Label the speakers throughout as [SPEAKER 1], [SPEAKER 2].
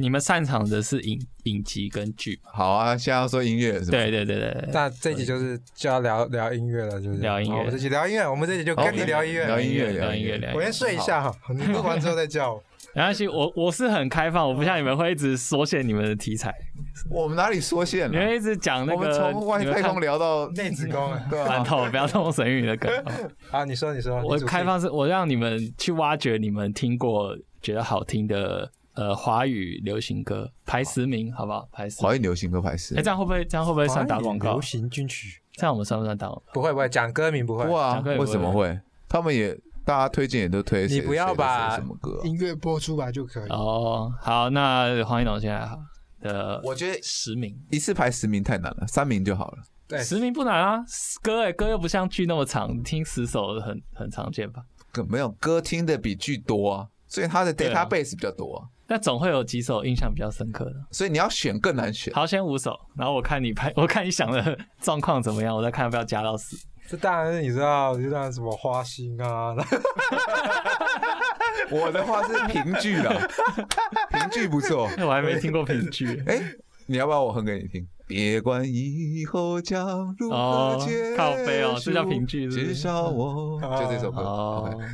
[SPEAKER 1] 你们擅长的是影影集跟剧吧？
[SPEAKER 2] 好啊，现在要说音乐是吗？
[SPEAKER 1] 对对对对对，
[SPEAKER 3] 那这集就是就要聊聊音乐了，就是
[SPEAKER 1] 聊音乐
[SPEAKER 3] 好我们这集聊音乐，我们这集就
[SPEAKER 2] 好
[SPEAKER 3] 跟你聊音
[SPEAKER 2] 聊
[SPEAKER 3] 乐。
[SPEAKER 2] 音乐，
[SPEAKER 1] 聊音乐，聊音
[SPEAKER 3] 我
[SPEAKER 1] 乐
[SPEAKER 3] 先。睡一下哈，你录完之后再叫 我。
[SPEAKER 1] 没关系，我我是很开放，我不像你们会一直缩限你们的题 材，
[SPEAKER 2] 我们哪里缩限
[SPEAKER 1] 你
[SPEAKER 2] 了？
[SPEAKER 1] 们一直讲那
[SPEAKER 2] 我们
[SPEAKER 1] 个
[SPEAKER 2] 从外
[SPEAKER 1] 你们
[SPEAKER 2] 太
[SPEAKER 1] 看
[SPEAKER 2] 空聊啊到
[SPEAKER 3] 内子宫啊，
[SPEAKER 2] 对
[SPEAKER 1] 馒
[SPEAKER 2] 啊，
[SPEAKER 1] 头，不 要动神韵的梗。
[SPEAKER 3] 啊，你说你说，
[SPEAKER 1] 我
[SPEAKER 3] 你主持
[SPEAKER 1] 开放是，我让你们去挖掘你们听过觉得好听的呃华语流行歌排十名，好不好？排十名。
[SPEAKER 2] 华语流行歌排是
[SPEAKER 1] 哎，这样会不会这样会不会算打广
[SPEAKER 3] 华语
[SPEAKER 1] 告
[SPEAKER 3] 流？行军曲
[SPEAKER 1] 这样我们算不算打广告？
[SPEAKER 3] 不会不会，讲歌名不会。
[SPEAKER 2] 不啊
[SPEAKER 1] 讲，歌也不
[SPEAKER 2] 为什么会？他们也大家推荐也都推谁
[SPEAKER 3] 你不要
[SPEAKER 2] 谁的
[SPEAKER 3] 把
[SPEAKER 2] 谁什么歌啊？
[SPEAKER 4] 音乐播出来就可以。
[SPEAKER 1] 哦，好，那黄一龙先来好的
[SPEAKER 2] 我觉得
[SPEAKER 1] 十名，
[SPEAKER 2] 一次排十名太难了，三名就好了。
[SPEAKER 3] 对，
[SPEAKER 1] 十名不难啊，歌哎歌又不像剧那么长，听十首很很常见吧？
[SPEAKER 2] 更没有歌听的比剧多啊，所以它的
[SPEAKER 1] 对啊
[SPEAKER 2] database 比较多啊，
[SPEAKER 1] 那总会有几首印象比较深刻的。
[SPEAKER 2] 所以你要选更难选。
[SPEAKER 1] 好，先五首，然后我看你拍，我 看你想的状况怎么样，我再看要不要加到十。
[SPEAKER 3] 这当然是你知道，就当然什么花心啊，
[SPEAKER 2] 我的话是评剧 啦，评剧不错。
[SPEAKER 1] 我还没听过评 剧
[SPEAKER 2] 哎、你要不要我哼给你听？别管以后将如何
[SPEAKER 1] 哦
[SPEAKER 2] 结束，
[SPEAKER 1] 靠背哦这叫评剧是不是
[SPEAKER 2] 至少 我
[SPEAKER 3] 啊
[SPEAKER 2] 就这首歌、
[SPEAKER 1] 哦
[SPEAKER 2] o，k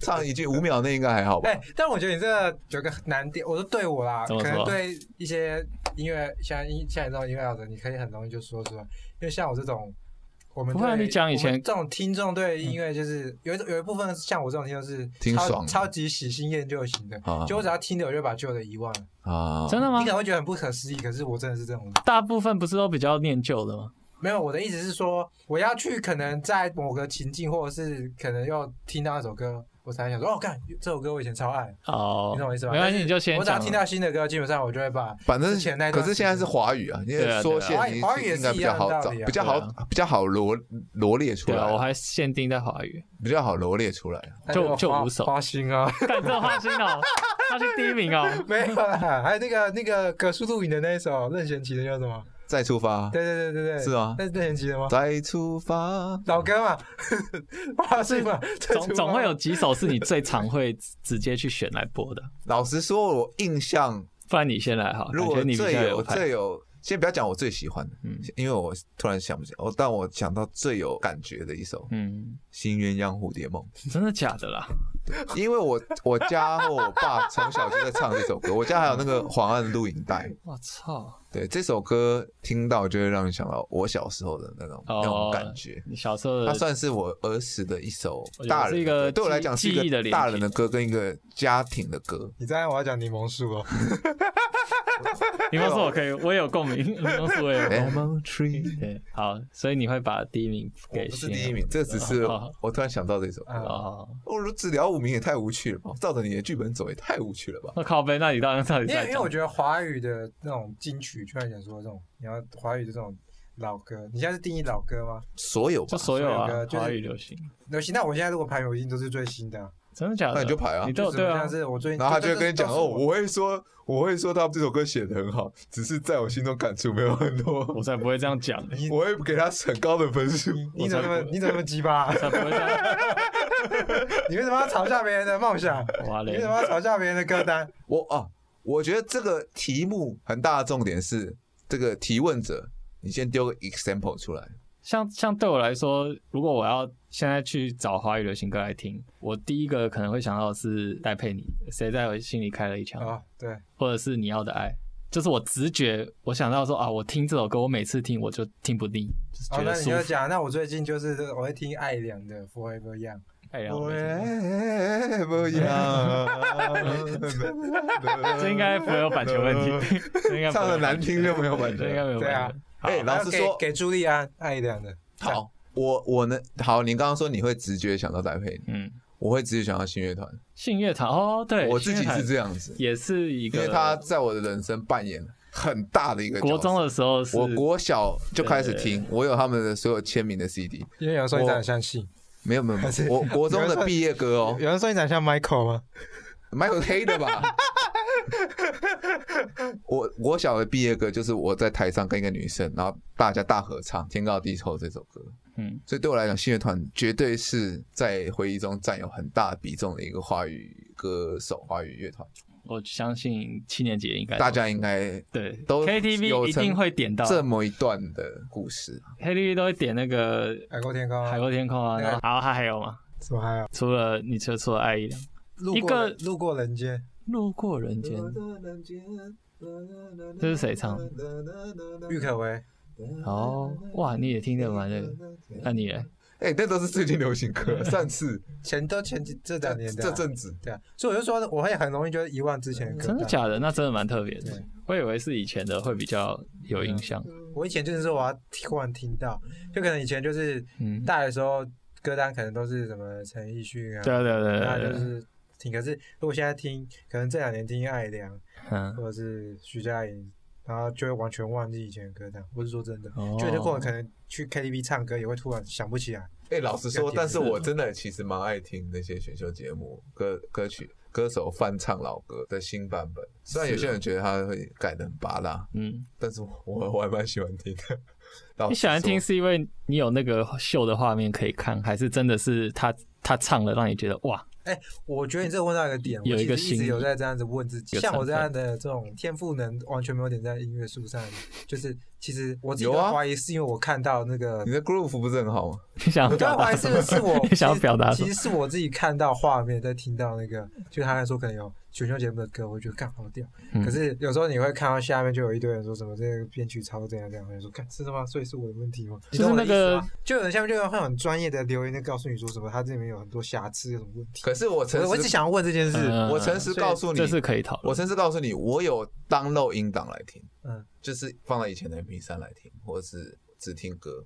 [SPEAKER 2] 唱一句五秒内应该还好吧
[SPEAKER 3] 哎、？但我觉得你这个有个难点，我是对我啦，
[SPEAKER 1] 怎么
[SPEAKER 3] 可
[SPEAKER 1] 说
[SPEAKER 3] 能对一些音乐像音像你这种音乐爱好者，你可以很容易就说出来，因为像我这种，我们
[SPEAKER 1] 不会啊
[SPEAKER 3] 对
[SPEAKER 1] 你讲以前嗯
[SPEAKER 3] 我们这种听众对音乐就是、有一种有一部分像我这种听众是
[SPEAKER 2] 听
[SPEAKER 3] 超
[SPEAKER 2] 爽
[SPEAKER 3] 超级喜新厌旧型的，
[SPEAKER 2] 啊
[SPEAKER 3] 就我只要听了我就把旧的遗忘了。
[SPEAKER 2] 啊，
[SPEAKER 1] 真的
[SPEAKER 3] 哦你
[SPEAKER 1] 吗
[SPEAKER 3] 可？能会觉得很不可思议，可是我真的是这种人。
[SPEAKER 1] 大部分不是都比较念旧的吗？
[SPEAKER 3] 没有，我的意思是说，我要去可能在某个情境，或者是可能要听到那首歌，我才想说，哦，干这首歌我以前超爱。
[SPEAKER 1] 哦，
[SPEAKER 3] 你懂我意思吧？
[SPEAKER 1] 没关系，
[SPEAKER 3] 但是
[SPEAKER 1] 你就先
[SPEAKER 3] 我只要
[SPEAKER 1] 讲
[SPEAKER 3] 听
[SPEAKER 1] 了。
[SPEAKER 3] 到新的歌，基本上我就会把
[SPEAKER 2] 反正
[SPEAKER 3] 之前那一
[SPEAKER 2] 可
[SPEAKER 3] 段
[SPEAKER 2] 是现在是华语啊，因
[SPEAKER 1] 对啊
[SPEAKER 2] 为缩
[SPEAKER 3] 对啊
[SPEAKER 2] 限你
[SPEAKER 3] 华语也
[SPEAKER 2] 应该
[SPEAKER 3] 是一
[SPEAKER 2] 比较
[SPEAKER 3] 样的
[SPEAKER 2] 好
[SPEAKER 3] 道
[SPEAKER 2] 找，
[SPEAKER 3] 理啊
[SPEAKER 2] 比较好
[SPEAKER 1] 对
[SPEAKER 2] 比较好罗罗列出
[SPEAKER 1] 对
[SPEAKER 2] 来
[SPEAKER 1] 啊，我
[SPEAKER 2] 啊，
[SPEAKER 1] 还限定在华语，
[SPEAKER 2] 比较好罗列出来。啊
[SPEAKER 3] 那个
[SPEAKER 1] 就就
[SPEAKER 3] 花
[SPEAKER 1] 五首
[SPEAKER 3] 花心啊，
[SPEAKER 1] 干这花心哦， 他是第一名哦。
[SPEAKER 3] 没有啦，还有那个那个格数录影的那一首任贤齐的叫什么？
[SPEAKER 2] 再出发，
[SPEAKER 3] 对啊对对对对，
[SPEAKER 2] 是啊吗
[SPEAKER 3] 那是任贤齐的吗？
[SPEAKER 2] 再出发，
[SPEAKER 3] 老歌嘛， 花心嘛，这
[SPEAKER 1] 总
[SPEAKER 3] 出
[SPEAKER 1] 总
[SPEAKER 3] 吗
[SPEAKER 1] 会有几首是你最常会直接去选来播的，
[SPEAKER 2] 老实说，我印象
[SPEAKER 1] 不然你先来好，
[SPEAKER 2] 如
[SPEAKER 1] 感
[SPEAKER 2] 果
[SPEAKER 1] 觉你比
[SPEAKER 2] 最
[SPEAKER 1] 较
[SPEAKER 2] 有
[SPEAKER 1] 派
[SPEAKER 2] 最有，先不要讲我最喜欢的，
[SPEAKER 1] 嗯
[SPEAKER 2] 因为我突然想不起来，我但我想到最有感觉的一首《
[SPEAKER 1] 嗯，
[SPEAKER 2] 新鸳鸯蝴蝶梦
[SPEAKER 1] 真的假的啦？》，
[SPEAKER 2] 因为我我家或我爸从小就在唱这首歌，我家还有那个黄安的录影带，
[SPEAKER 1] 我操！
[SPEAKER 2] 对这首歌听到就会让你想到我小时候的那种
[SPEAKER 1] 哦
[SPEAKER 2] 那种感觉。
[SPEAKER 1] 你小时候
[SPEAKER 2] 它
[SPEAKER 1] 的
[SPEAKER 2] 算是我儿时的一首
[SPEAKER 1] 我觉得
[SPEAKER 2] 大
[SPEAKER 1] 是
[SPEAKER 2] 人
[SPEAKER 1] 一
[SPEAKER 2] 的歌
[SPEAKER 1] 个
[SPEAKER 2] 对我来
[SPEAKER 1] 记
[SPEAKER 2] 讲是一
[SPEAKER 1] 记忆的
[SPEAKER 2] 个
[SPEAKER 1] 连
[SPEAKER 2] 大
[SPEAKER 1] 接
[SPEAKER 2] 人的歌跟一个家庭的 歌，
[SPEAKER 3] 你再让我要讲柠檬树哦，
[SPEAKER 1] 你
[SPEAKER 2] 哎
[SPEAKER 1] 们说我可以，我也有共鸣， 你们说我也有共鸣。
[SPEAKER 2] Lemon Tree。
[SPEAKER 1] 对，好，所以你会把第一名
[SPEAKER 2] 我
[SPEAKER 1] 给
[SPEAKER 2] 哎不是
[SPEAKER 1] 新
[SPEAKER 2] 第
[SPEAKER 1] 人
[SPEAKER 2] 一名，这只是 嗯
[SPEAKER 1] 哦
[SPEAKER 2] 我突然想到这首歌。
[SPEAKER 3] 啊，
[SPEAKER 1] 哦。
[SPEAKER 2] 我如只聊五名也太无趣了吧？照着你的剧本走也太无趣了吧？
[SPEAKER 1] 那靠背，那你到底到底
[SPEAKER 3] 因为
[SPEAKER 1] 在
[SPEAKER 3] 因为我
[SPEAKER 1] 讲？
[SPEAKER 3] 觉得华语的那种金曲，就像你说的这种，你要华语这种老歌，你现在是定义老歌吗？
[SPEAKER 2] 所有
[SPEAKER 1] 就
[SPEAKER 2] 吧，
[SPEAKER 1] 所有
[SPEAKER 3] 所有
[SPEAKER 1] 啊
[SPEAKER 3] 歌，就是
[SPEAKER 1] 华语流行，
[SPEAKER 3] 流行，那我现在如果排名，我一定都是最新的啊，
[SPEAKER 1] 真的假的？
[SPEAKER 2] 那你就排啊
[SPEAKER 1] 你都有
[SPEAKER 3] 就是
[SPEAKER 1] 对啊
[SPEAKER 3] 像。是我最近，
[SPEAKER 2] 然后他就会
[SPEAKER 3] 这
[SPEAKER 2] 跟你讲
[SPEAKER 3] 这
[SPEAKER 2] 哦，
[SPEAKER 3] 都是
[SPEAKER 2] 我会说，我会说他这首歌写的很好，只是在我心中感触没有很多，
[SPEAKER 1] 我才不会这样 讲，
[SPEAKER 2] 我会给他很高的分数。
[SPEAKER 3] 你你怎么那么你怎么那么鸡巴？啊
[SPEAKER 1] 才不会这样。
[SPEAKER 3] 你为什么要嘲笑别人的梦想？
[SPEAKER 1] 哇
[SPEAKER 3] 你
[SPEAKER 1] 嘞
[SPEAKER 3] 为什！么要嘲笑别人的歌单？
[SPEAKER 2] 我啊，我觉得这个题目很大的重点是这个提问者，你先丢个 example 出来。
[SPEAKER 1] 像像对我来说，如果我要现在去找华语流行歌来听，我第一个可能会想到的是戴佩妮，《谁在我心里开了一枪》，
[SPEAKER 3] 啊，对，
[SPEAKER 1] 或者是你要的爱，就是我直觉我想到说啊，我听这首歌，我每次听我就听不腻，就是
[SPEAKER 3] 哦
[SPEAKER 1] 觉，得
[SPEAKER 3] 那你
[SPEAKER 1] 舒
[SPEAKER 3] 就
[SPEAKER 1] 服。
[SPEAKER 3] 讲，那我最近就是我会听艾良的《Forever Young》，
[SPEAKER 1] 哎呀，我
[SPEAKER 2] 不要，
[SPEAKER 1] 这应该不会有版权问 题，这应该不会有版权
[SPEAKER 2] 唱的难听就没有版
[SPEAKER 1] 这应
[SPEAKER 2] 权
[SPEAKER 1] 该。没有
[SPEAKER 3] 对啊
[SPEAKER 1] 版权。
[SPEAKER 2] 哎，老实
[SPEAKER 3] 还有
[SPEAKER 2] 说，
[SPEAKER 3] 给给朱利安艾良的，
[SPEAKER 2] 好，我我能好，你刚刚说你会直觉想到戴佩妮，
[SPEAKER 1] 嗯，
[SPEAKER 2] 我会直觉想到新乐团，
[SPEAKER 1] 信乐团哦，对，
[SPEAKER 2] 我自己
[SPEAKER 1] 信乐团
[SPEAKER 2] 是这样子，
[SPEAKER 1] 也是一
[SPEAKER 2] 因
[SPEAKER 1] 个，
[SPEAKER 2] 为他在我的人生扮演很大的一个角色
[SPEAKER 1] 国中的。时候是
[SPEAKER 2] 我国小就开始
[SPEAKER 1] 对
[SPEAKER 2] 听，我有他们的所有签名的 CD，
[SPEAKER 3] 因为有人说你长得像信，
[SPEAKER 2] 没有没有，没
[SPEAKER 3] 还是
[SPEAKER 2] 有我国中
[SPEAKER 3] 有人
[SPEAKER 2] 的
[SPEAKER 3] 说
[SPEAKER 2] 毕业歌哦
[SPEAKER 3] 有，人说你长得像 Michael 吗？
[SPEAKER 2] Michael 黑的吧？ 我我小的毕业歌就是我在台上跟一个女生，然后大家大合唱《天高地厚》这首歌，
[SPEAKER 1] 嗯，
[SPEAKER 2] 所以对我来讲，信乐团绝对是在回忆中占有很大比重的一个华语歌手、华语乐团。
[SPEAKER 1] 我相信七年级也应该
[SPEAKER 2] 大家应该
[SPEAKER 1] 对
[SPEAKER 2] 都
[SPEAKER 1] KTV
[SPEAKER 2] 有
[SPEAKER 1] 一
[SPEAKER 2] 曾
[SPEAKER 1] 定会点到啊
[SPEAKER 2] 这么一段的故事。啊
[SPEAKER 1] KTV 都会点那个
[SPEAKER 3] 海阔天空啊，
[SPEAKER 1] 海阔天空啊，然后好还有吗？
[SPEAKER 3] 什么还有
[SPEAKER 1] 除了你车除了爱一良，
[SPEAKER 3] 路
[SPEAKER 1] 一
[SPEAKER 3] 过
[SPEAKER 1] 个
[SPEAKER 3] 人路过人间，
[SPEAKER 1] 路过人间，这是谁唱的？
[SPEAKER 3] 郁可唯
[SPEAKER 1] 哦，哇，你也听得完的，那你嘞？
[SPEAKER 2] 哎、那都是最近流行歌，上次
[SPEAKER 3] 前都前几这
[SPEAKER 2] 这
[SPEAKER 3] 两年的啊
[SPEAKER 2] 这阵子
[SPEAKER 3] 对啊，所以我就说我会很容易就遗忘之前的歌
[SPEAKER 1] 真的
[SPEAKER 3] 单
[SPEAKER 1] 假的？那真的蛮特别的
[SPEAKER 3] 对。
[SPEAKER 1] 我以为是以前的会比较有印象。
[SPEAKER 3] 我以前就是说我要突然听到，就可能以前就是
[SPEAKER 1] 嗯，
[SPEAKER 3] 大的时候歌单可能都是什么陈奕迅啊，
[SPEAKER 1] 对啊对啊对啊
[SPEAKER 3] 那
[SPEAKER 1] 对
[SPEAKER 3] 就
[SPEAKER 1] 啊对啊，
[SPEAKER 3] 是听。可是如果现在听，可能这两年听艾良
[SPEAKER 1] 嗯，
[SPEAKER 3] 或者是徐佳莹，然后就会完全忘记以前的歌单。我是说真的，
[SPEAKER 1] 哦
[SPEAKER 3] 就就或者可能去 KTV 唱歌也会突然想不起来。
[SPEAKER 2] 哎、老实说
[SPEAKER 3] 要，解释
[SPEAKER 2] 但是我真的其实蛮爱听那些选秀节目、歌歌曲、歌手翻唱老歌的新版本。虽然有些人觉得他会改的很拔辣，
[SPEAKER 1] 嗯，
[SPEAKER 2] 但是我我我还蛮喜欢听的。 老
[SPEAKER 1] 你
[SPEAKER 2] 实
[SPEAKER 1] 喜欢
[SPEAKER 2] 说
[SPEAKER 1] 听是因为你有那个秀的画面可以看，还是真的是他他唱了让你觉得哇？
[SPEAKER 3] 我觉得你这个问到一个点，
[SPEAKER 1] 有
[SPEAKER 3] 我
[SPEAKER 1] 一个
[SPEAKER 3] 其实一直
[SPEAKER 1] 心
[SPEAKER 3] 有
[SPEAKER 1] 意
[SPEAKER 3] 在这样子问自己，
[SPEAKER 1] 有
[SPEAKER 3] 像我
[SPEAKER 1] 成
[SPEAKER 3] 这样的这种天赋能完全没有点在音乐树上的，就是其实我自己
[SPEAKER 2] 有
[SPEAKER 3] 都
[SPEAKER 2] 啊
[SPEAKER 3] 怀疑是因为我看到那个
[SPEAKER 2] 你的 groove 不是很好吗？
[SPEAKER 1] 你想要
[SPEAKER 3] 我
[SPEAKER 1] 表
[SPEAKER 3] 刚
[SPEAKER 1] 达
[SPEAKER 3] 怀疑
[SPEAKER 1] 什
[SPEAKER 3] 是
[SPEAKER 1] 么
[SPEAKER 3] 不是我
[SPEAKER 1] 你想要
[SPEAKER 3] 其实
[SPEAKER 1] 表达什
[SPEAKER 3] 其
[SPEAKER 1] 么
[SPEAKER 3] 实是我自己看到画面，在听到那个，就他在说可能有选秀节目的歌，我觉得干好屌。
[SPEAKER 1] 嗯
[SPEAKER 3] 可是有时候你会看到下面就有一堆人说什么这个编曲超怎样怎样，我就说干是的吗？所以是我的问题吗？
[SPEAKER 1] 就是那个
[SPEAKER 3] 就有人下面就有很专业的留言在告诉你说什么他这里面有很多瑕疵，有什么问题。
[SPEAKER 2] 可是我诚
[SPEAKER 3] 我我一直
[SPEAKER 2] 实，
[SPEAKER 3] 想要问这件事，
[SPEAKER 1] 嗯
[SPEAKER 2] 我诚实告诉你
[SPEAKER 1] 这，是可以讨
[SPEAKER 2] 我
[SPEAKER 1] 论。
[SPEAKER 2] 诚实告诉你，我有 download 音档来听，
[SPEAKER 3] 嗯
[SPEAKER 2] 就是放到以前的 MP 3来听，或是只听歌，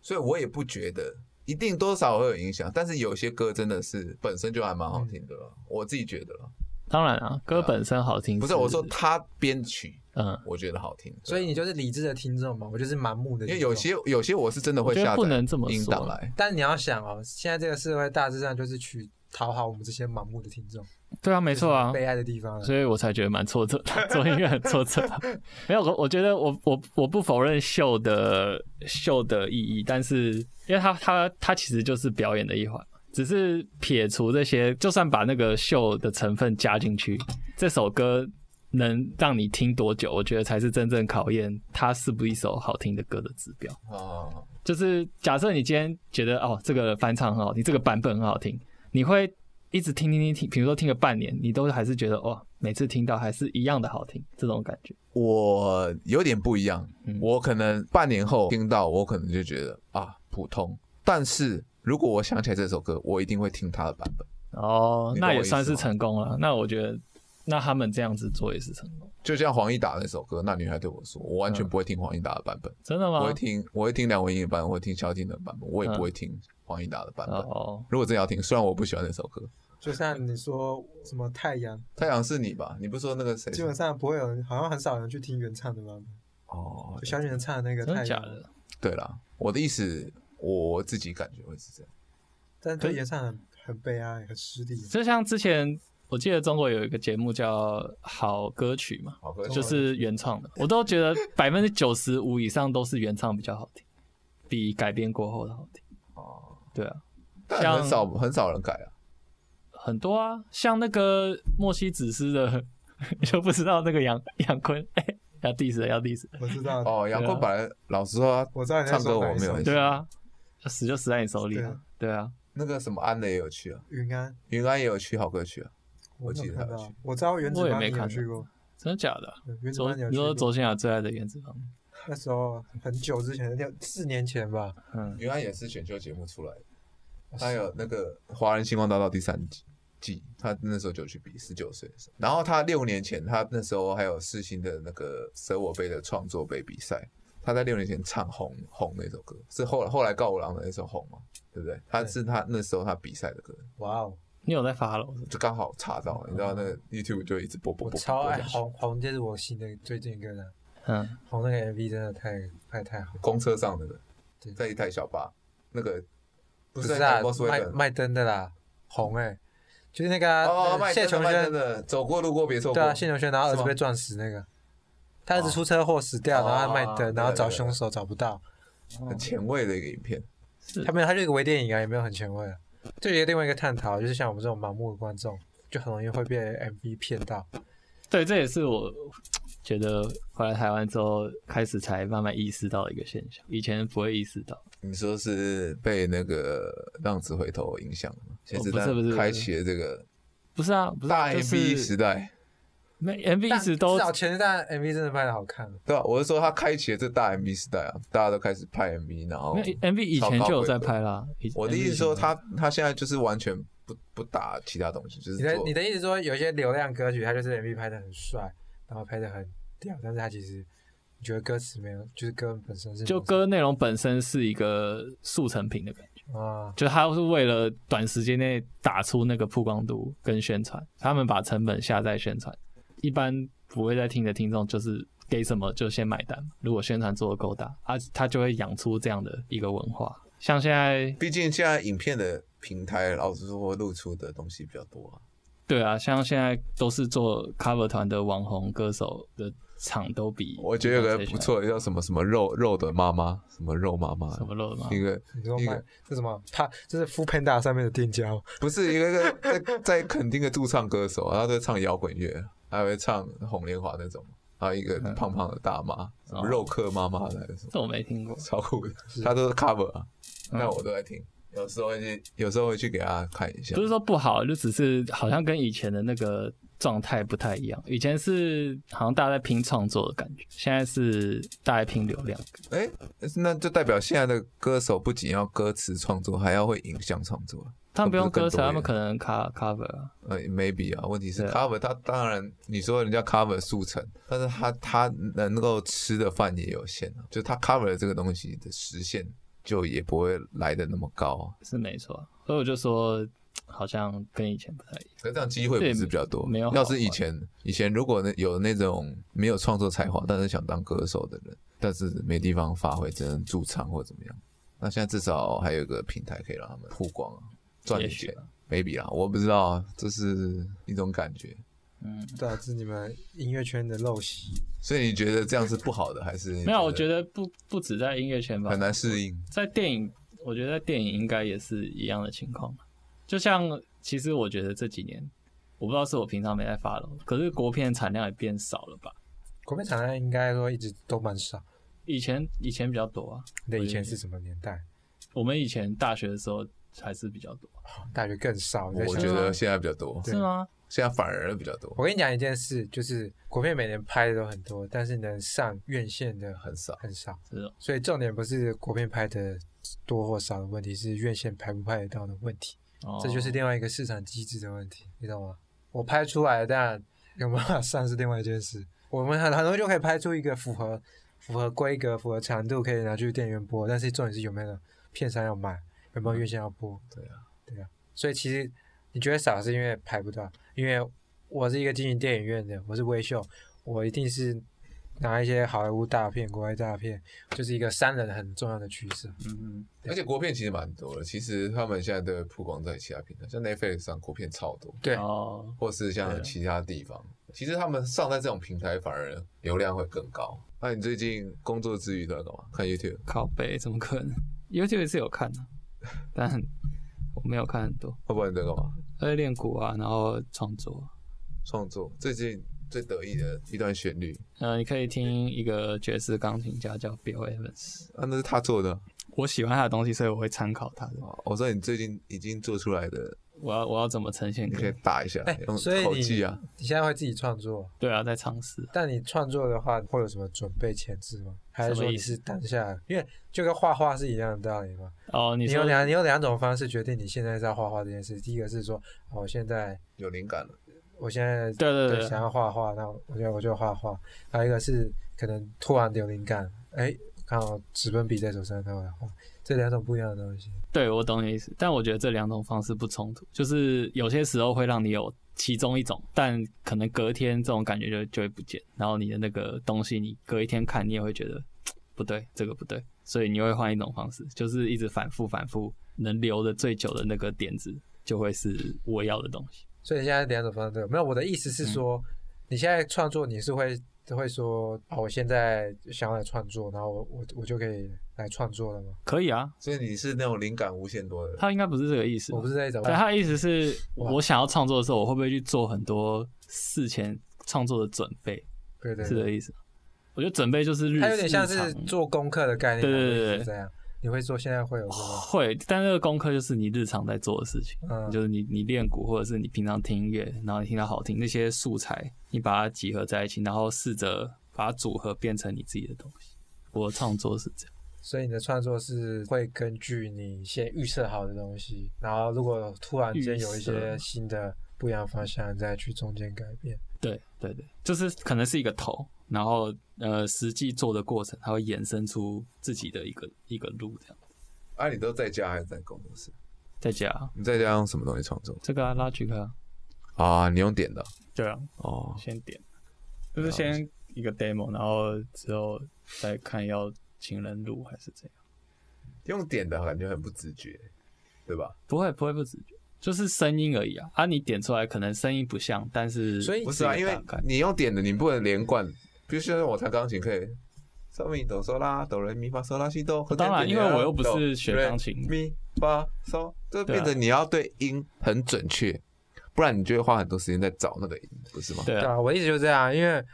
[SPEAKER 2] 所以我也不觉得一定多少会有影响，但是有些歌真的是本身就还蛮好听的了，
[SPEAKER 3] 嗯
[SPEAKER 2] 我自己觉得了。
[SPEAKER 1] 当然啊，歌本身好听，
[SPEAKER 2] 不是我说，他编曲，
[SPEAKER 1] 嗯，
[SPEAKER 2] 我觉得好听，
[SPEAKER 3] 所以你就是理智的听众嘛，我就是盲目的。
[SPEAKER 2] 因为有，些有些我是真的会
[SPEAKER 1] 我觉得
[SPEAKER 2] 下载
[SPEAKER 1] 不能这么说
[SPEAKER 2] 音档来，
[SPEAKER 3] 但你要想哦，现在这个社会大致上就是去讨好我们这些盲目的听众，
[SPEAKER 1] 对啊，没
[SPEAKER 3] 没
[SPEAKER 1] 错啊，
[SPEAKER 3] 悲哀的地方了。
[SPEAKER 1] 所以我才觉得蛮挫折的， 做音乐很挫折的。没有，我我觉得我我我不否认秀的秀的意义，但是因为它它它其实就是表演的一环嘛，只是撇除这些，就算把那个秀的成分加进去，这首歌能让你听多久，我觉得才是真正考验它是不是一首好听的歌的指标。
[SPEAKER 2] 哦，
[SPEAKER 1] 就是假设你今天觉得哦这个翻唱很好听，这个版本很好听，你会一直听听听听，比如说听个半年，你都还是觉得哦，每次听到还是一样的好听，这种感觉。
[SPEAKER 2] 我有点不一样，
[SPEAKER 1] 嗯
[SPEAKER 2] 我可能半年后听到，我可能就觉得啊普通，但是如果我想起来这首歌，我一定会听他的版本。
[SPEAKER 1] 哦，
[SPEAKER 2] 你懂
[SPEAKER 1] 那
[SPEAKER 2] 我意思吗
[SPEAKER 1] 也算是成功了。那我觉得，那他们这样子做也是成功，
[SPEAKER 2] 就像黄义达那首歌《那女孩对我说》，我完全不会听黄义达的版本，
[SPEAKER 1] 真的
[SPEAKER 2] 我
[SPEAKER 1] 吗
[SPEAKER 2] 会？听我会听梁文音的版本，我会听萧敬腾的版本，我也
[SPEAKER 1] 嗯
[SPEAKER 2] 不会听黄义达的版本。
[SPEAKER 1] 哦，
[SPEAKER 2] 如果真的要听，虽然我不喜欢那首歌，《
[SPEAKER 3] 就像你说什么太阳，
[SPEAKER 2] 太阳是你》吧？你不是说那个谁？
[SPEAKER 3] 基本上不会有人，好像很少人去听原唱的版本，
[SPEAKER 2] 哦
[SPEAKER 3] 就，小女人唱的那个
[SPEAKER 1] 真
[SPEAKER 3] 太
[SPEAKER 1] 的假
[SPEAKER 3] 阳，
[SPEAKER 1] 的？
[SPEAKER 2] 对啦，我的意思，我自己感觉会是这样。
[SPEAKER 3] 但对原唱很很悲哀，很失礼。啊
[SPEAKER 1] 就像之前我记得中国有一个节目叫《好歌曲》嘛，
[SPEAKER 2] 好歌
[SPEAKER 1] 就是原创的，我都觉得百分之九十五以上都是原唱比较好听，比改编过后的好听。
[SPEAKER 2] 哦，
[SPEAKER 1] 对啊。
[SPEAKER 2] 但
[SPEAKER 1] 像
[SPEAKER 2] 很少很少人改啊。
[SPEAKER 1] 很多啊，像那个莫西子诗的， 你就不知道那个杨杨坤，哎、要 diss 了要 diss 了
[SPEAKER 3] 我知 道，
[SPEAKER 2] 哦，杨坤本来老实说他
[SPEAKER 3] 我知道你在
[SPEAKER 2] 唱歌
[SPEAKER 3] 说哪
[SPEAKER 2] 我
[SPEAKER 3] 一
[SPEAKER 2] 没有
[SPEAKER 3] 首
[SPEAKER 2] 很喜
[SPEAKER 1] 对
[SPEAKER 2] 欢，
[SPEAKER 1] 啊，死就死在你手里了，对啊，
[SPEAKER 2] 那个什么安的也有去啊，
[SPEAKER 3] 云安，
[SPEAKER 2] 云安也有去好歌曲啊。
[SPEAKER 3] 我
[SPEAKER 2] 我记
[SPEAKER 3] 没有
[SPEAKER 2] 得
[SPEAKER 3] 看
[SPEAKER 2] 他有
[SPEAKER 3] 到
[SPEAKER 2] 去，
[SPEAKER 3] 我知道原子
[SPEAKER 1] 我也
[SPEAKER 3] 班
[SPEAKER 1] 没
[SPEAKER 3] 你有
[SPEAKER 1] 看
[SPEAKER 3] 去
[SPEAKER 1] 到
[SPEAKER 3] 过，
[SPEAKER 1] 真的假的？
[SPEAKER 3] 对原子
[SPEAKER 1] 昨
[SPEAKER 3] 班你有
[SPEAKER 1] 你
[SPEAKER 3] 去
[SPEAKER 1] 说
[SPEAKER 3] 过，
[SPEAKER 1] 左心雅最爱的原子方，
[SPEAKER 3] 那时候很久之前，六四年前吧，
[SPEAKER 1] 嗯，
[SPEAKER 2] 云安也是选秀节目出来的，他有那个《华人星光大道》第三季。季，他那时候就去比，十九岁的时候。然后他六年前，他那时候还有世新的那个舍我杯的创作杯比赛，他在六年前唱《红红》那首歌，是后来后来告五郎的那首《红》嘛，对不对？他
[SPEAKER 3] 对
[SPEAKER 2] 是他那时候他比赛的歌，
[SPEAKER 3] 哇哦，
[SPEAKER 1] 你有在发了？
[SPEAKER 2] 就刚好查到，你知道那个 YouTube 就一直播播
[SPEAKER 3] 我
[SPEAKER 2] 播，
[SPEAKER 3] 超
[SPEAKER 2] 播
[SPEAKER 3] 爱
[SPEAKER 2] 下去
[SPEAKER 3] 红红，这是我新的最近一个人，
[SPEAKER 1] 嗯，
[SPEAKER 3] 红那个 MV 真的太拍太好，
[SPEAKER 2] 公车上那个
[SPEAKER 3] 对，
[SPEAKER 2] 在一台小巴，那个不
[SPEAKER 3] 不是
[SPEAKER 2] 在
[SPEAKER 3] 啊
[SPEAKER 2] 广播，
[SPEAKER 3] 麦
[SPEAKER 2] 的
[SPEAKER 3] 麦登的啦，红哎，就是那个啊
[SPEAKER 2] 哦，
[SPEAKER 3] 那个
[SPEAKER 2] 麦
[SPEAKER 3] 谢
[SPEAKER 2] 登
[SPEAKER 3] 琼
[SPEAKER 2] 的麦登
[SPEAKER 3] 轩
[SPEAKER 2] 的，走过路过别错过，
[SPEAKER 3] 对啊，谢牛轩，然后儿
[SPEAKER 2] 是
[SPEAKER 3] 子
[SPEAKER 2] 吗
[SPEAKER 3] 被撞死那个，他儿子出车祸死掉，
[SPEAKER 2] 哦
[SPEAKER 3] 然后他卖灯，然后
[SPEAKER 2] 对对
[SPEAKER 3] 找
[SPEAKER 2] 对
[SPEAKER 3] 凶手找不到，
[SPEAKER 2] 很前卫的一个影片。
[SPEAKER 1] 对
[SPEAKER 3] 他没有，他就一个微电影啊，也没有很前卫啊。这也另外一个探讨，就是像我们这种盲目的观众，就很容易会被 MV 骗到，
[SPEAKER 1] 对，这也是我觉得回来台湾之后开始才慢慢意识到的一个现象，以前不会意识到。
[SPEAKER 2] 你说是被那个《浪子回头》影响吗？其实
[SPEAKER 1] 哦不是不是
[SPEAKER 2] 开启了这个
[SPEAKER 1] 不是啊，不是、
[SPEAKER 2] 大
[SPEAKER 1] 啊，就
[SPEAKER 2] MV 时
[SPEAKER 1] 是
[SPEAKER 2] 代，
[SPEAKER 1] 没 MV 一
[SPEAKER 3] 但
[SPEAKER 1] 直都
[SPEAKER 3] 至少前一段 MV 真的拍的好看，
[SPEAKER 2] 对吧？我是说他开启了这大 MV 时代啊，大家都开始拍 MV，然后
[SPEAKER 1] 没有哎 MV 以前就有在拍啦。以
[SPEAKER 2] 我的意思是说
[SPEAKER 1] MV
[SPEAKER 2] 他他现在就是完全不不打其他东西，就是
[SPEAKER 3] 你的
[SPEAKER 2] 做
[SPEAKER 3] 你的意思说，有些流量歌曲，它就是 MV 拍的很帅，然后拍的很屌，但是它其实你觉得歌词没有，就是歌本身是
[SPEAKER 1] 就歌内容本身是一个速成品的感觉，
[SPEAKER 3] 啊，
[SPEAKER 1] 就是他是为了短时间内打出那个曝光度跟宣传，他们把成本下在宣传。一般不会在听的听众就是给什么就先买单，如果宣传做的够大，啊，他就会养出这样的一个文化。像现在
[SPEAKER 2] 毕竟现在影片的平台，老实说露出的东西比较多啊。
[SPEAKER 1] 对啊，像现在都是做 cover 团的网红歌手的场都比
[SPEAKER 2] 我觉得有个不错的叫什么什么肉肉的妈妈，什么肉妈妈，
[SPEAKER 1] 什么乐吗？
[SPEAKER 2] 一个
[SPEAKER 3] 你说
[SPEAKER 2] 一
[SPEAKER 3] 卖
[SPEAKER 2] 个
[SPEAKER 3] 这什么？它这是 f o o Panda 上面的店家吗，
[SPEAKER 2] 不是一个在在垦丁的驻唱歌手，然后在唱摇滚乐，还会唱红莲华那种，然后一个胖胖的大妈，什么肉客妈妈来的什么，
[SPEAKER 1] 这我没听过。
[SPEAKER 2] 超酷的，他都是 cover 啊，那我都在听，有时候会去，有时候会去给他看一下
[SPEAKER 1] 不，是说不好，就只是好像跟以前的那个状态不太一样。以前是好像大家在拼创作的感觉，现在是大家拼流量。
[SPEAKER 2] 哎，那就代表现在的歌手不仅要歌词创作，还要会影像创作。
[SPEAKER 1] 他们不用歌词，他
[SPEAKER 2] 那不是更多元
[SPEAKER 1] 们可能 cover cover 啊。
[SPEAKER 2] 呃，maybe 啊，问题是
[SPEAKER 1] 对啊
[SPEAKER 2] cover，他当然你说人家 cover 速成，但是他他能够吃的饭也有限啊，就他 cover 的这个东西的实现就也不会来的那么高啊，
[SPEAKER 1] 是没错啊。所以我就说，好像跟以前不太一样。
[SPEAKER 2] 可是这样机会不是比较多？
[SPEAKER 1] 没有好
[SPEAKER 2] 要是以前以前如果呢有那种没有创作才华，但是想当歌手的人，但是没地方发挥，只能驻唱或怎么样，那现在至少还有一个平台可以让他们曝光啊，赚点
[SPEAKER 1] 也许
[SPEAKER 2] 钱
[SPEAKER 1] 吧。
[SPEAKER 2] maybe 啦，我不知道啊，这是一种感觉。
[SPEAKER 1] 嗯，
[SPEAKER 3] 对啊，这是你们音乐圈的陋习。
[SPEAKER 2] 所以你觉得这样是不好的，还是
[SPEAKER 1] 没有，我
[SPEAKER 2] 得
[SPEAKER 1] 觉得不不止在音乐圈吧，
[SPEAKER 2] 很难适应？
[SPEAKER 1] 在电影，我觉得在电影应该也是一样的情况。就像其实我觉得这几年，我不知道是我平常没在发了，可是国片产量也变少了吧？
[SPEAKER 3] 国片产量应该说一直都蛮少。
[SPEAKER 1] 以前以前比较多啊，
[SPEAKER 3] 你的以前是什么年代？
[SPEAKER 1] 我们以前大学的时候还是比较多，
[SPEAKER 3] 大学更少。你在
[SPEAKER 2] 我
[SPEAKER 3] 想
[SPEAKER 2] 觉得现在比较多，
[SPEAKER 3] 对
[SPEAKER 1] 是吗？
[SPEAKER 2] 现在反而比较多，
[SPEAKER 3] 我跟你讲一件事，就是国片每年拍的都很多，但是能上院线的很
[SPEAKER 2] 很少。
[SPEAKER 3] 很少。
[SPEAKER 1] 是哦
[SPEAKER 3] 所以重点不是国片拍的多或少的问题，是院线拍不拍得到的问题。
[SPEAKER 1] 哦，
[SPEAKER 3] 这就是另外一个市场机制的问题，你懂吗？我拍出来，但有没有办法上是另外一件事。我们很很多就可以拍出一个符合符合规格、符合长度，可以拿去电影院播，但是重点是有没有片商要买，有没有院线要播。
[SPEAKER 2] 对啊，
[SPEAKER 3] 对啊。所以其实你觉得少是因为排不到，因为我是一个经营电影院的，我是微秀，我一定是拿一些好莱坞大片、国外大片，就是一个商人很重要的趋势。
[SPEAKER 1] 嗯
[SPEAKER 2] 而且国片其实蛮多的，其实他们现在都会曝光在其他平台，像 Netflix 上国片超多，
[SPEAKER 3] 对，
[SPEAKER 1] 哦，
[SPEAKER 2] 或是
[SPEAKER 1] 对
[SPEAKER 2] 像
[SPEAKER 1] 啊
[SPEAKER 2] 其他地方，其实他们上在这种平台反而流量会更高。那你最近工作之余都在干嘛？看 YouTube？
[SPEAKER 1] 靠背怎么可能？YouTube 是有看 的、但我没有看很多，
[SPEAKER 2] 要不然你在干嘛？
[SPEAKER 1] 而且练鼓啊，然后创作。
[SPEAKER 2] 创作？最近最得意的一段旋律
[SPEAKER 1] 呃，你可以听一个爵士钢琴家叫 Bill Evans，
[SPEAKER 2] 啊，那是他做的。
[SPEAKER 1] 我喜欢他的东西，所以我会参考他的。
[SPEAKER 2] 哦我说你最近已经做出来的，
[SPEAKER 1] 我要我要怎么呈现
[SPEAKER 2] 你可以
[SPEAKER 1] 给？
[SPEAKER 2] 打一下
[SPEAKER 3] 哎，
[SPEAKER 2] 用
[SPEAKER 3] 所以
[SPEAKER 2] 口
[SPEAKER 3] 你
[SPEAKER 2] 技啊。
[SPEAKER 3] 你现在会自己创作，
[SPEAKER 1] 对啊，在尝试。
[SPEAKER 3] 但你创作的话会有什么准备前置吗？还是
[SPEAKER 1] 什
[SPEAKER 3] 说
[SPEAKER 1] 么
[SPEAKER 3] 你
[SPEAKER 1] 意思
[SPEAKER 3] 是当下？因为就跟画画是一样的道理嘛。
[SPEAKER 1] 哦，你
[SPEAKER 3] 你
[SPEAKER 1] 说
[SPEAKER 3] 有两你有两种方式决定你现在在画画这件事。第一个是说，哦我现在
[SPEAKER 2] 有灵感了，
[SPEAKER 3] 我现在
[SPEAKER 1] 对对对
[SPEAKER 3] 想要画画，那我就我就画画。还有一个是可能突然有灵感，哎，刚好纸跟笔在手上，那我来画。这两种不一样的东西。
[SPEAKER 1] 对我懂你的意思，但我觉得这两种方式不冲突，就是有些时候会让你有其中一种，但可能隔天这种感觉就就会不见，然后你的那个东西，你隔一天看，你也会觉得不对，这个不对，所以你会换一种方式，就是一直反复反复，能留的最久的那个点子就会是我要的东西。
[SPEAKER 3] 所以现在两种方式都有。没有，我的意思
[SPEAKER 1] 嗯
[SPEAKER 3] 是说，你现在创作你是会会说，啊，我现在想要来创作，然后我我我就可以来创作了吗？
[SPEAKER 1] 可以啊，
[SPEAKER 2] 所以你是那种灵感无限多的人。
[SPEAKER 1] 他应该不是这个意思吧。
[SPEAKER 3] 我不是在找，
[SPEAKER 1] 对，他的意思是
[SPEAKER 3] 哇
[SPEAKER 1] 我想要创作的时候，我会不会去做很多事前创作的准备，
[SPEAKER 3] 对对
[SPEAKER 1] 是这
[SPEAKER 3] 对，
[SPEAKER 1] 个意思吗。我觉得准备就是日，
[SPEAKER 3] 它有点像
[SPEAKER 1] 日
[SPEAKER 3] 是
[SPEAKER 1] 常
[SPEAKER 3] 做功课的概念，
[SPEAKER 1] 对对对对
[SPEAKER 3] 是这样。你会做，现在会有这个
[SPEAKER 1] 会，但那个功课就是你日常在做的事情，
[SPEAKER 3] 嗯
[SPEAKER 1] 就是你你练鼓或者是你平常听音乐，然后你听到好听那些素材，你把它集合在一起，然后试着把它组合变成你自己的东西。我的创作是这样，
[SPEAKER 3] 所以你的创作是会根据你先预设好的东西，然后如果突然间有一
[SPEAKER 1] 预
[SPEAKER 3] 些
[SPEAKER 1] 设
[SPEAKER 3] 新的不一样的方向，再去中间改变。
[SPEAKER 1] 对对对，就是可能是一个头，然后呃实际做的过程，它会衍生出自己的一个一个路这样。
[SPEAKER 2] 啊，你都在家还是在工作室？
[SPEAKER 1] 再加
[SPEAKER 2] 你在家用什么东西创作？
[SPEAKER 1] 这个啊 Logic 啊，
[SPEAKER 2] 啊，你用点的
[SPEAKER 1] 对啊，
[SPEAKER 2] 哦，
[SPEAKER 1] 先点，就是先一个 demo，然后之后再看要情人录还是怎样。
[SPEAKER 2] 用点的感觉很不直觉，对吧？
[SPEAKER 1] 不会，不会不直觉，就是声音而已啊。啊，你点出来可能声音不像，但是
[SPEAKER 3] 所以
[SPEAKER 2] 不是啊，
[SPEAKER 1] 一
[SPEAKER 2] 因
[SPEAKER 1] 个
[SPEAKER 2] 为
[SPEAKER 1] 大概
[SPEAKER 2] 你用点的，你不能连贯。比如说，我弹钢琴可以，上面哆嗦啦，哆来咪发嗦啦西哆。
[SPEAKER 1] 当然因为我又不是学
[SPEAKER 2] 啊哆
[SPEAKER 1] 钢琴
[SPEAKER 2] 咪发嗦，这
[SPEAKER 1] 对啊
[SPEAKER 2] 变成你要对音很准确，不然你就会花很多时间在找那个音，不是吗？
[SPEAKER 1] 对
[SPEAKER 3] 对
[SPEAKER 1] 啊，
[SPEAKER 3] 啊，我一直就这样，因为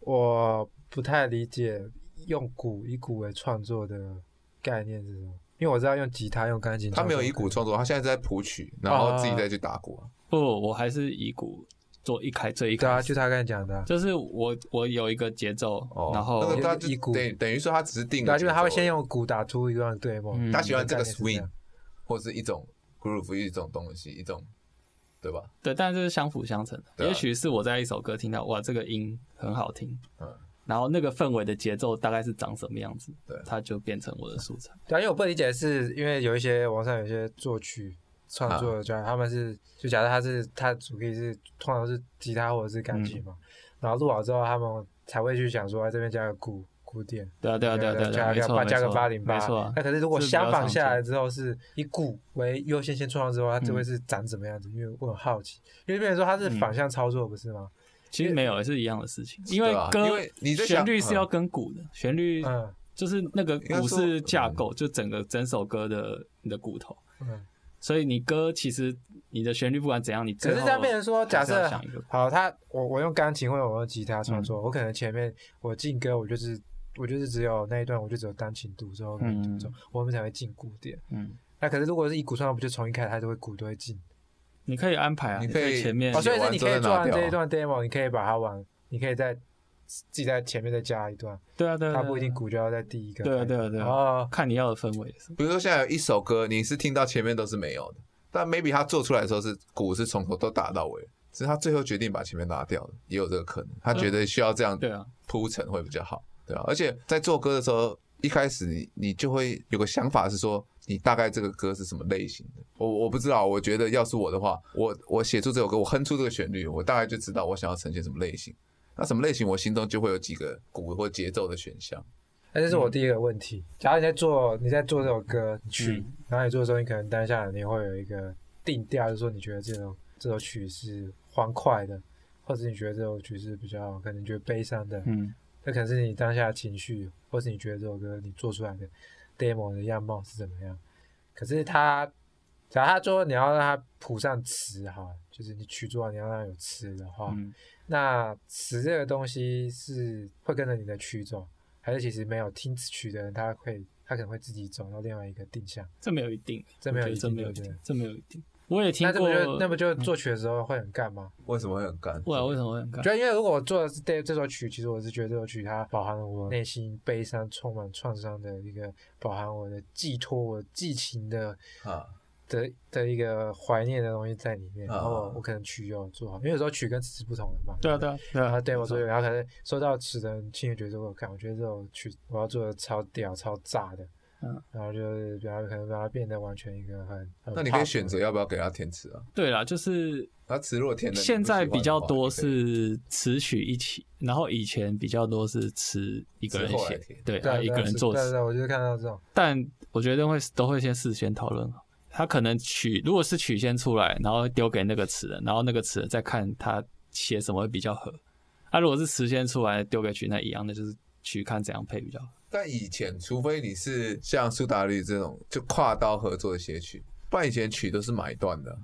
[SPEAKER 3] 我不太理解用鼓以鼓为创作的概念是什么，因为我知道用吉他、用钢琴，
[SPEAKER 2] 他没有以鼓，创作，他现在是在谱曲，然后自己
[SPEAKER 3] 啊
[SPEAKER 2] 再去打鼓啊。
[SPEAKER 1] 不，我还是以鼓做一开最一
[SPEAKER 3] 对啊，
[SPEAKER 1] 开
[SPEAKER 3] 就
[SPEAKER 1] 始，
[SPEAKER 3] 他刚才讲的啊，
[SPEAKER 1] 就是我我有一个节奏，
[SPEAKER 2] 哦，
[SPEAKER 1] 然后
[SPEAKER 2] 那个他就
[SPEAKER 3] 以鼓
[SPEAKER 2] 等等于说他只是定
[SPEAKER 3] 对
[SPEAKER 2] 了
[SPEAKER 3] 啊，
[SPEAKER 2] 节奏而已，
[SPEAKER 3] 就是他会先用鼓打出一段 demo，、
[SPEAKER 1] 嗯
[SPEAKER 2] 他喜欢这个
[SPEAKER 3] 概念是这
[SPEAKER 2] swing
[SPEAKER 3] 样
[SPEAKER 2] 或是一种 groove 一种东西，一种对吧？
[SPEAKER 1] 对，但是相辅相成的。
[SPEAKER 2] 对啊
[SPEAKER 1] 也许是我在一首歌听到，哇，这个音很好听，
[SPEAKER 2] 嗯
[SPEAKER 1] 然后那个氛围的节奏大概是长什么样子，
[SPEAKER 2] 对
[SPEAKER 1] 它就变成我的素材。
[SPEAKER 3] 对啊，因为我不理解的是，因为有一些网上有一些作曲
[SPEAKER 2] 啊
[SPEAKER 3] 创作者，他们是就假设他是他的主 key 是通常是吉他或者是钢琴嘛，然后录好之后，他们才会去想说、啊、这边加个鼓鼓点，
[SPEAKER 1] 对啊，对啊，对啊，对啊对
[SPEAKER 3] 加
[SPEAKER 1] 啊，没
[SPEAKER 3] 个
[SPEAKER 1] 错，
[SPEAKER 3] 八
[SPEAKER 1] 没
[SPEAKER 3] 加个
[SPEAKER 1] 错
[SPEAKER 3] 八零八，
[SPEAKER 1] 没错啊。
[SPEAKER 2] 哎
[SPEAKER 3] 那可是如果
[SPEAKER 1] 这比较
[SPEAKER 3] 相反
[SPEAKER 1] 常
[SPEAKER 3] 下来
[SPEAKER 1] 见嗯
[SPEAKER 3] 之后，是以鼓为优先先创作之后，它这会是长怎么样子？因为我很好奇，因为变成说它是反向操作，不是吗？
[SPEAKER 1] 其实没有，也是一样的事情，因为
[SPEAKER 2] 对啊
[SPEAKER 1] 歌，
[SPEAKER 2] 因为你在
[SPEAKER 1] 旋
[SPEAKER 2] 想
[SPEAKER 1] 律是
[SPEAKER 2] 嗯
[SPEAKER 1] 要跟鼓的，旋律
[SPEAKER 3] 嗯
[SPEAKER 1] 就是那个
[SPEAKER 2] 应该
[SPEAKER 1] 鼓
[SPEAKER 2] 说
[SPEAKER 1] 是架构，就整个整首歌的你的骨头，
[SPEAKER 3] 嗯。
[SPEAKER 1] 所以你歌其实你的旋律不管怎样，你
[SPEAKER 3] 可
[SPEAKER 1] 最
[SPEAKER 3] 是
[SPEAKER 1] 后
[SPEAKER 3] 这样变成说，假
[SPEAKER 1] 还是要
[SPEAKER 3] 设啊
[SPEAKER 1] 想一嗯个
[SPEAKER 3] 好，他我我用钢琴或者我用吉他创作，我可能前面我进歌，我就是我就是只有那一段，我就只有单琴独奏、钢琴独奏，我后面才会进鼓点。
[SPEAKER 1] 嗯，
[SPEAKER 3] 那可是如果是以鼓创作，不就从一开始它就会鼓都会进？
[SPEAKER 1] 你可以安排啊，
[SPEAKER 2] 你
[SPEAKER 1] 你
[SPEAKER 2] 可以
[SPEAKER 1] 以前面
[SPEAKER 3] 哦，所以是你可
[SPEAKER 2] 写完
[SPEAKER 3] 以做完
[SPEAKER 2] 之后再拿掉啊
[SPEAKER 3] 这一段 demo，你可以把它往，你可以在自己在前面再加一段，
[SPEAKER 1] 对啊对啊，
[SPEAKER 3] 它
[SPEAKER 1] 对啊
[SPEAKER 3] 不一定鼓就要在第一个。
[SPEAKER 1] 对啊对啊对啊，
[SPEAKER 3] 哦，
[SPEAKER 1] 看你要的氛围是什么
[SPEAKER 2] 比如说现在有一首歌，你是听到前面都是没有的，但 maybe 他做出来的时候是鼓是从头都打到尾，只是他最后决定把前面拿掉了，也有这个可能。他觉得需要这样
[SPEAKER 1] 对啊，
[SPEAKER 2] 铺陈会比较好，对吧、啊而且在做歌的时候，一开始你你就会有个想法是说，你大概这个歌是什么类型的？我我不知道，我觉得要是我的话，我我写出这首歌，我哼出这个旋律，我大概就知道我想要呈现什么类型。那什么类型，我心中就会有几个鼓或节奏的选项。
[SPEAKER 3] 那这是
[SPEAKER 1] 嗯
[SPEAKER 3] 我第一个问题。假如你在做你在做这首歌曲，
[SPEAKER 1] 嗯
[SPEAKER 3] 然后你做的时候，你可能当下你会有一个定调，就是说你觉得这首这首曲是欢快的，或者你觉得这首曲是比较可能觉得悲伤的，
[SPEAKER 1] 嗯，
[SPEAKER 3] 那、可能是你当下的情绪，或是你觉得这首歌你做出来的 demo 的样貌是怎么样。可是它，假如他说你要让它谱上词哈，就是你曲做完你要让它有词的话，
[SPEAKER 1] 嗯
[SPEAKER 3] 那词这个东西是会跟着你的曲走，还是其实没有听词曲的人，他会他可能会自己走到另外一个定向？
[SPEAKER 1] 这没有一定，
[SPEAKER 3] 这没有
[SPEAKER 1] 我觉
[SPEAKER 3] 一
[SPEAKER 1] 得这
[SPEAKER 3] 定
[SPEAKER 1] 没有一
[SPEAKER 3] 对
[SPEAKER 1] 定
[SPEAKER 3] 不，
[SPEAKER 1] 这没有一定，我也听
[SPEAKER 3] 那这不
[SPEAKER 1] 过，嗯
[SPEAKER 3] 就那不就作曲的时候会很干吗？
[SPEAKER 2] 为什么会很干？
[SPEAKER 1] 哇，为什么会很尴
[SPEAKER 3] 啊主要因为如果我做的是这这首曲，其实我是觉得这首曲它饱含了我内心悲伤、充满创伤的一个，饱含我的寄托、我寄情的
[SPEAKER 2] 啊？
[SPEAKER 3] 的的一个怀念的东西在里面。
[SPEAKER 2] 啊
[SPEAKER 3] 然后我可能曲有做好，因为有时候曲跟词是不同的嘛。
[SPEAKER 1] 对啊对啊对
[SPEAKER 3] 然后
[SPEAKER 1] 啊，
[SPEAKER 3] 对我说
[SPEAKER 1] 没
[SPEAKER 3] 有，然后可能收到词的人听了觉得我看，我觉得这首曲我要做的超屌、超炸的，
[SPEAKER 1] 嗯，
[SPEAKER 3] 然后就是然后可能把它变得完全一个很，很
[SPEAKER 2] 那你可以
[SPEAKER 3] pop 的
[SPEAKER 2] 选择要不要给他填词啊？
[SPEAKER 1] 错对啦，就是
[SPEAKER 2] 他词如果填的，
[SPEAKER 1] 现在比较多是词曲一起，然后以前比较多是词一个人
[SPEAKER 2] 词后来
[SPEAKER 1] 写
[SPEAKER 2] 填，
[SPEAKER 1] 对，
[SPEAKER 3] 对啊
[SPEAKER 1] 他一个人做
[SPEAKER 3] 对啊
[SPEAKER 1] 词
[SPEAKER 3] 对啊。对啊，我就是看到这种，
[SPEAKER 1] 但我觉得都会都会先事先讨论好。他可能曲如果是曲先出来，然后丢给那个词人，然后那个词人再看他写什么会比较合。他、如果是词先出来丢给曲，那一样的就是曲看怎样配比较好。
[SPEAKER 2] 但以前，除非你是像苏打绿这种就跨刀合作的写曲，不然以前曲都是买断的，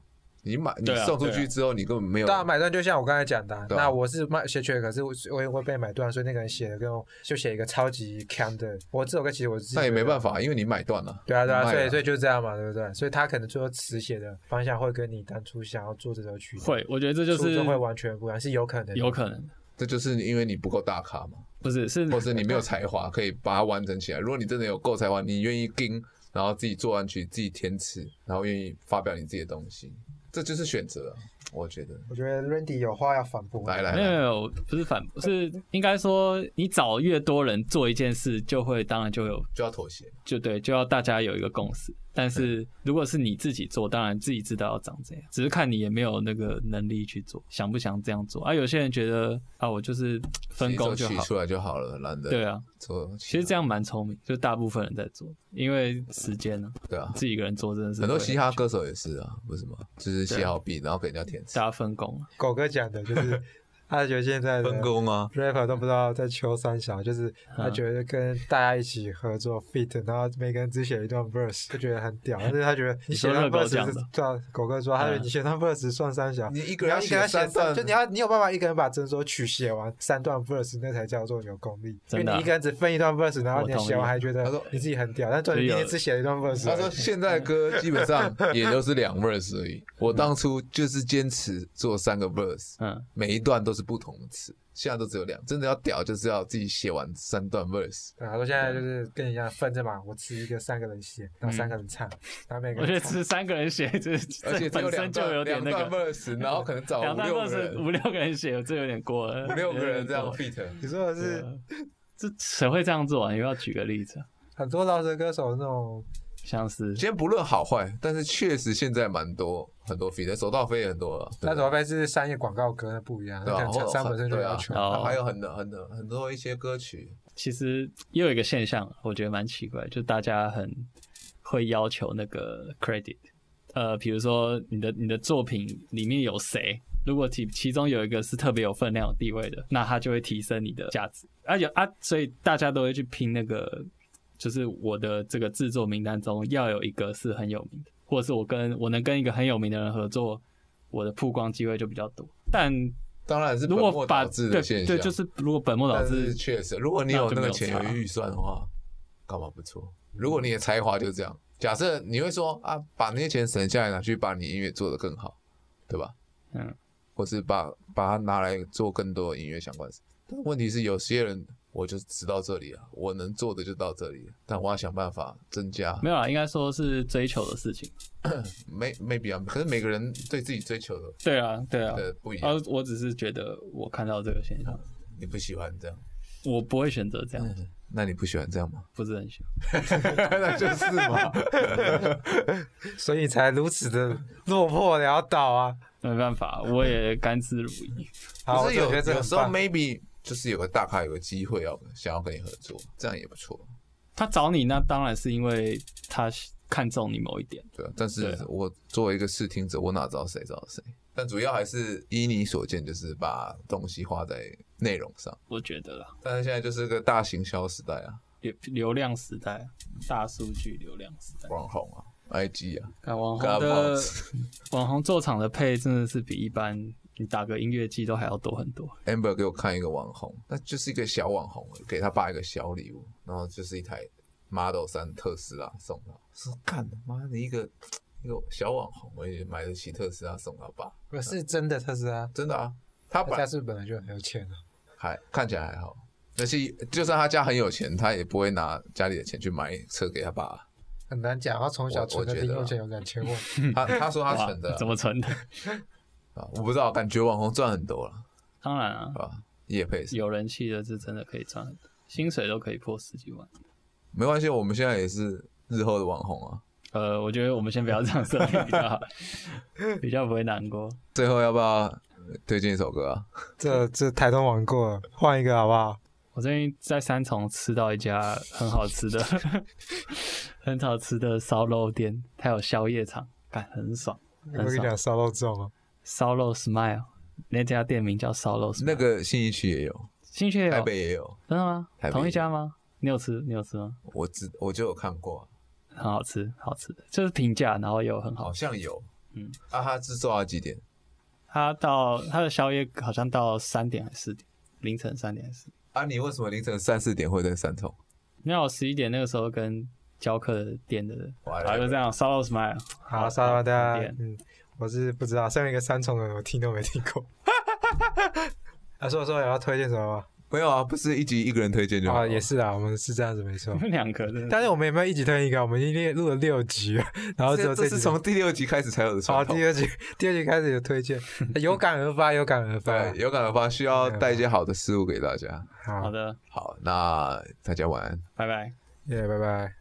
[SPEAKER 2] 你买你
[SPEAKER 1] 对啊
[SPEAKER 2] 送出
[SPEAKER 1] 对
[SPEAKER 2] 去
[SPEAKER 1] 啊
[SPEAKER 2] 之后，你根本没有
[SPEAKER 3] 对啊，买断就像我刚才讲的啊、
[SPEAKER 2] 对啊
[SPEAKER 3] 那我是卖写缺，可是我我也会被买断，所以那个人写的跟我就写一个超级强的，我这首歌其实我自己
[SPEAKER 2] 那也没办
[SPEAKER 3] 法。
[SPEAKER 2] 法，因为你买断了。
[SPEAKER 3] 对啊，对啊，
[SPEAKER 2] 卖
[SPEAKER 3] 所以
[SPEAKER 2] 了
[SPEAKER 3] 所以就是这样嘛，对不对？所以他可能最后词写的方向会跟你当初想要做这首曲子
[SPEAKER 1] 会，我觉得这就
[SPEAKER 3] 初衷
[SPEAKER 1] 是
[SPEAKER 3] 会完全不一样，是有可能的，
[SPEAKER 1] 有可能，
[SPEAKER 2] 这就是因为你不够大咖嘛，
[SPEAKER 1] 不是是
[SPEAKER 2] 或者是你没有才华可以把它完整起来。如果你真的有够才华，你愿意盯，然后自己做完曲，自己填词，然后愿意发表你自己的东西，这就是选择啊。我觉得，
[SPEAKER 3] 我觉得 Randy 有话要反驳，
[SPEAKER 2] 来来
[SPEAKER 1] 没有没
[SPEAKER 2] 来，
[SPEAKER 1] 有，不是反驳，是应该说你找越多人做一件事，就会当然就有
[SPEAKER 2] 就要妥协。
[SPEAKER 1] 就对，就要大家有一个共识。但是如果是你自己做，当然自己知道要长怎样，只是看你有没有那个能力去做，想不想这样做。啊，有些人觉得啊，我就是分工就
[SPEAKER 2] 取
[SPEAKER 1] 好。
[SPEAKER 2] 出来就好了，懒得
[SPEAKER 1] 对啊，
[SPEAKER 2] 做。其
[SPEAKER 1] 其实这样蛮聪明，就大部分人在做，因为时间呢、
[SPEAKER 2] 对啊，
[SPEAKER 1] 自己一个人做真的是
[SPEAKER 2] 很多
[SPEAKER 1] 会
[SPEAKER 2] 嘻哈歌手也是啊，不是吗？就是写好币，然后给人家填词
[SPEAKER 1] 大，家分工啊，
[SPEAKER 3] 狗哥讲的就是 他觉得现在的
[SPEAKER 2] 分工啊，
[SPEAKER 3] rapper 都不知道在求三小，就是
[SPEAKER 1] 嗯
[SPEAKER 3] 他觉得跟大家一起合作 fit，然后每个人只写一段 verse 就觉得很屌，但是他觉得你写段
[SPEAKER 1] 你说那狗
[SPEAKER 3] verse
[SPEAKER 1] 讲的
[SPEAKER 3] 是对啊，狗哥说他觉得
[SPEAKER 1] 嗯
[SPEAKER 3] 你写段 verse 算三小，
[SPEAKER 2] 你一个人
[SPEAKER 3] 你要
[SPEAKER 2] 要
[SPEAKER 3] 一个
[SPEAKER 2] 写
[SPEAKER 3] 人写
[SPEAKER 2] 三段，
[SPEAKER 3] 就你要你有办法一个人把整首曲写完三段 verse，那才叫做有功力。因
[SPEAKER 1] 真
[SPEAKER 3] 为
[SPEAKER 1] 的啊
[SPEAKER 3] 你一个人只分一段 verse，然后
[SPEAKER 1] 我
[SPEAKER 3] 你
[SPEAKER 1] 同意
[SPEAKER 3] 写完还觉得
[SPEAKER 2] 他说
[SPEAKER 3] 你自己很屌，但重
[SPEAKER 1] 所以
[SPEAKER 3] 点你
[SPEAKER 1] 有
[SPEAKER 3] 也只写了一段 verse
[SPEAKER 2] 他
[SPEAKER 3] 而已。
[SPEAKER 2] 说现在的歌基本上也都是两 verse 而已。我当初就是坚持做三个 verse，
[SPEAKER 1] 嗯，
[SPEAKER 2] 每一段都是不同的词，现在都只有两。真的要屌，就是要自己写完三段 verse。
[SPEAKER 3] 对，他啊说现在
[SPEAKER 1] 啊
[SPEAKER 3] 就是跟你一样分着嘛，我吃一个三个人写，然后三个人唱，然后每
[SPEAKER 1] 嗯
[SPEAKER 3] 个
[SPEAKER 1] 我觉得
[SPEAKER 3] 人
[SPEAKER 1] 只是三个人写，这
[SPEAKER 2] 而且
[SPEAKER 1] 这
[SPEAKER 2] 只有
[SPEAKER 1] 本
[SPEAKER 2] 两
[SPEAKER 1] 身就有
[SPEAKER 2] 段
[SPEAKER 1] 点
[SPEAKER 2] 两
[SPEAKER 1] 那
[SPEAKER 2] 段
[SPEAKER 1] 个
[SPEAKER 2] verse，然后可能找
[SPEAKER 1] 两
[SPEAKER 2] 五
[SPEAKER 1] 段
[SPEAKER 2] 六
[SPEAKER 1] 半
[SPEAKER 2] 个
[SPEAKER 1] 是
[SPEAKER 2] 人，
[SPEAKER 1] 五六个人写，这有点过了，
[SPEAKER 2] 五六个人这样
[SPEAKER 1] 有点
[SPEAKER 2] fit。
[SPEAKER 3] 你说的
[SPEAKER 1] 多对
[SPEAKER 3] 是
[SPEAKER 1] 啊这谁会这样做啊？你要不要举个例子啊，
[SPEAKER 3] 很多饶舌歌手那种，
[SPEAKER 1] 像是
[SPEAKER 2] 先不论好坏，但是确实现在蛮多很多 fit，手到飞也很多了。对
[SPEAKER 3] 那怎么办？是商业广告歌，那不一样，
[SPEAKER 2] 对
[SPEAKER 3] 那可
[SPEAKER 2] 吧？
[SPEAKER 3] 能
[SPEAKER 2] 或
[SPEAKER 3] 唱三本身就
[SPEAKER 2] 对
[SPEAKER 3] 有要
[SPEAKER 2] 啊，
[SPEAKER 3] 求。
[SPEAKER 1] 哦
[SPEAKER 2] 还有很多很多很多一些歌曲，
[SPEAKER 1] 其实也有一个现象，我觉得蛮奇怪，就大家很会要求那个 credit，呃，比如说你的你的作品里面有谁，如果其其中有一个是特别有分量、有地位的，那他就会提升你的价值。而且啊，所以大家都会去拼那个，就是我的这个制作名单中要有一个是很有名的，或者是我跟我能跟一个很有名的人合作，我的曝光机会就比较多。但
[SPEAKER 2] 当然是
[SPEAKER 1] 如
[SPEAKER 2] 本
[SPEAKER 1] 果
[SPEAKER 2] 末
[SPEAKER 1] 把
[SPEAKER 2] 倒置
[SPEAKER 1] 对
[SPEAKER 2] 的现象。
[SPEAKER 1] 对，就是如果本末倒
[SPEAKER 2] 但
[SPEAKER 1] 置
[SPEAKER 2] 是，确实，如果你有那个钱
[SPEAKER 1] 那就没有差
[SPEAKER 2] 有预算的话，干嘛不错？如果你的才华就是这样，假设你会说啊，把那些钱省下来，拿去把你音乐做得更好，对吧？
[SPEAKER 1] 嗯，
[SPEAKER 2] 或是把把它拿来做更多音乐相关的事。但问题是，有些人我就只到这里啊，我能做的就到这里，但我要想办法增加。
[SPEAKER 1] 没有啦，应该说是追求的事情。
[SPEAKER 2] 没 maybe 啊，可是每个人对自己追求的
[SPEAKER 1] 对啊，对啊。
[SPEAKER 2] 呃不一
[SPEAKER 1] 啊
[SPEAKER 2] 样，，
[SPEAKER 1] 我只是觉得我看到这个现象，
[SPEAKER 2] 你不喜欢这样，
[SPEAKER 1] 我不会选择这样，
[SPEAKER 2] 嗯那你不喜欢这 样吗？
[SPEAKER 1] 不是很喜欢。
[SPEAKER 2] 那就是嘛。
[SPEAKER 3] 所以才如此的落魄潦 倒啊！
[SPEAKER 1] 没办法，我也甘之如饴。
[SPEAKER 3] 好，
[SPEAKER 2] 可
[SPEAKER 3] 我
[SPEAKER 2] 是
[SPEAKER 3] 觉
[SPEAKER 2] 有
[SPEAKER 3] 得这
[SPEAKER 2] 有
[SPEAKER 3] 很
[SPEAKER 2] 时候
[SPEAKER 3] 棒。
[SPEAKER 2] maybe 就是有个大咖有个机会要想要跟你合作，这样也不错，
[SPEAKER 1] 他找你，那当然是因为他看中你某一点。
[SPEAKER 2] 对啊。但
[SPEAKER 1] 对
[SPEAKER 2] 是
[SPEAKER 1] 啊
[SPEAKER 2] 我作为一个试听者，我哪知道谁找谁？但主要还是依你所见，就是把东西花在内容上。
[SPEAKER 1] 我觉得啦，
[SPEAKER 2] 但是现在就是个大行销时代啊，
[SPEAKER 1] 流流量时代，大数据流量时代，
[SPEAKER 2] 网红啊，IG 啊，
[SPEAKER 1] 看网红
[SPEAKER 2] 干嘛
[SPEAKER 1] 的？ 网红做场的配真的是比一般你打个音乐季都还要多很多。
[SPEAKER 2] Amber 给我看一个网红，那就是一个小网红，给他爸一个小礼物，然后就是一台 Model 三特斯拉送他。说干他妈的一个一个小网红，我也买得起特斯拉送他爸，
[SPEAKER 3] 我是真的特斯拉，
[SPEAKER 2] 真的啊。他
[SPEAKER 3] 他
[SPEAKER 2] 本
[SPEAKER 3] 家
[SPEAKER 2] 来
[SPEAKER 3] 是不是本来就很有钱啊？
[SPEAKER 2] 还看起来还好，而且就算他家很有钱，他也不会拿家里的钱去买车给他爸啊。
[SPEAKER 3] 很难讲，他从小存的
[SPEAKER 2] 我我觉
[SPEAKER 3] 零
[SPEAKER 2] 得啊
[SPEAKER 3] 用钱有 两千万，
[SPEAKER 2] 他他说他存的
[SPEAKER 1] 嗯哇怎么存的？
[SPEAKER 2] 啊，我不知道，感觉网红赚很多了，
[SPEAKER 1] 当然啊
[SPEAKER 2] 是，吧？也配是
[SPEAKER 1] 有人气的是真的可以赚很多，薪水都可以破十几万。
[SPEAKER 2] 没关系，我们现在也是日后的网红啊。
[SPEAKER 1] 呃，我觉得我们先不要这样设定比较好，比较不会难过。
[SPEAKER 2] 最后要不要推荐一首歌啊？
[SPEAKER 3] 这这台东玩过了，换一个好不好？
[SPEAKER 1] 我最近在三重吃到一家很好吃的、 很好吃的烧肉店，它有宵夜场，感很爽。
[SPEAKER 3] 我跟你讲，烧肉粽哦，
[SPEAKER 1] 烧肉 Smile 那家店名叫烧肉 Smile，
[SPEAKER 2] 那个信义区也有，
[SPEAKER 1] 新
[SPEAKER 3] 哦
[SPEAKER 1] 学
[SPEAKER 2] 台
[SPEAKER 1] 有
[SPEAKER 2] 北也有，
[SPEAKER 1] 真的吗
[SPEAKER 2] 台？北
[SPEAKER 1] 同一
[SPEAKER 2] 也
[SPEAKER 1] 家吗？你有吃？你有吃吗？
[SPEAKER 2] 我知我就有看过，啊
[SPEAKER 1] 很好吃，好吃，就是平价，然后又很好
[SPEAKER 2] 好像有，
[SPEAKER 3] 嗯
[SPEAKER 2] 啊，他是做到几点？
[SPEAKER 1] 他到他的宵夜好像到三点还是四点，凌晨三点还是4点
[SPEAKER 2] 啊，你为什么凌晨三四点会在三重？
[SPEAKER 1] 没有十一点那个时候跟教课的店的人，
[SPEAKER 2] 哇
[SPEAKER 1] 好就这样，Solo Smile，
[SPEAKER 3] 好，沙拉大
[SPEAKER 1] 好
[SPEAKER 3] 家
[SPEAKER 1] 点，
[SPEAKER 3] 嗯，我是不知道，身为一个三重人，我听都没听 过。啊，所以说有要推荐什么吗？
[SPEAKER 2] 没有啊，不是一集一个人推荐就好
[SPEAKER 3] 啊，
[SPEAKER 2] 了。
[SPEAKER 3] 也是啊，我们是这样子没错
[SPEAKER 1] 你。们两个真的
[SPEAKER 3] 但是我们有没有一集推一个？我们已经录了六集了，然后只有
[SPEAKER 2] 这这
[SPEAKER 3] 集
[SPEAKER 2] 是从第六集开始才有的
[SPEAKER 3] 好
[SPEAKER 2] 传统
[SPEAKER 3] 第。二集，第二集开始有 推荐，有感而发，有感而发
[SPEAKER 2] 对，。有感而发，需要带一些好的事物给大家。
[SPEAKER 1] 好
[SPEAKER 3] 好，
[SPEAKER 1] 的，
[SPEAKER 2] 好，那大家晚安。
[SPEAKER 1] 拜拜。
[SPEAKER 3] 耶，拜拜。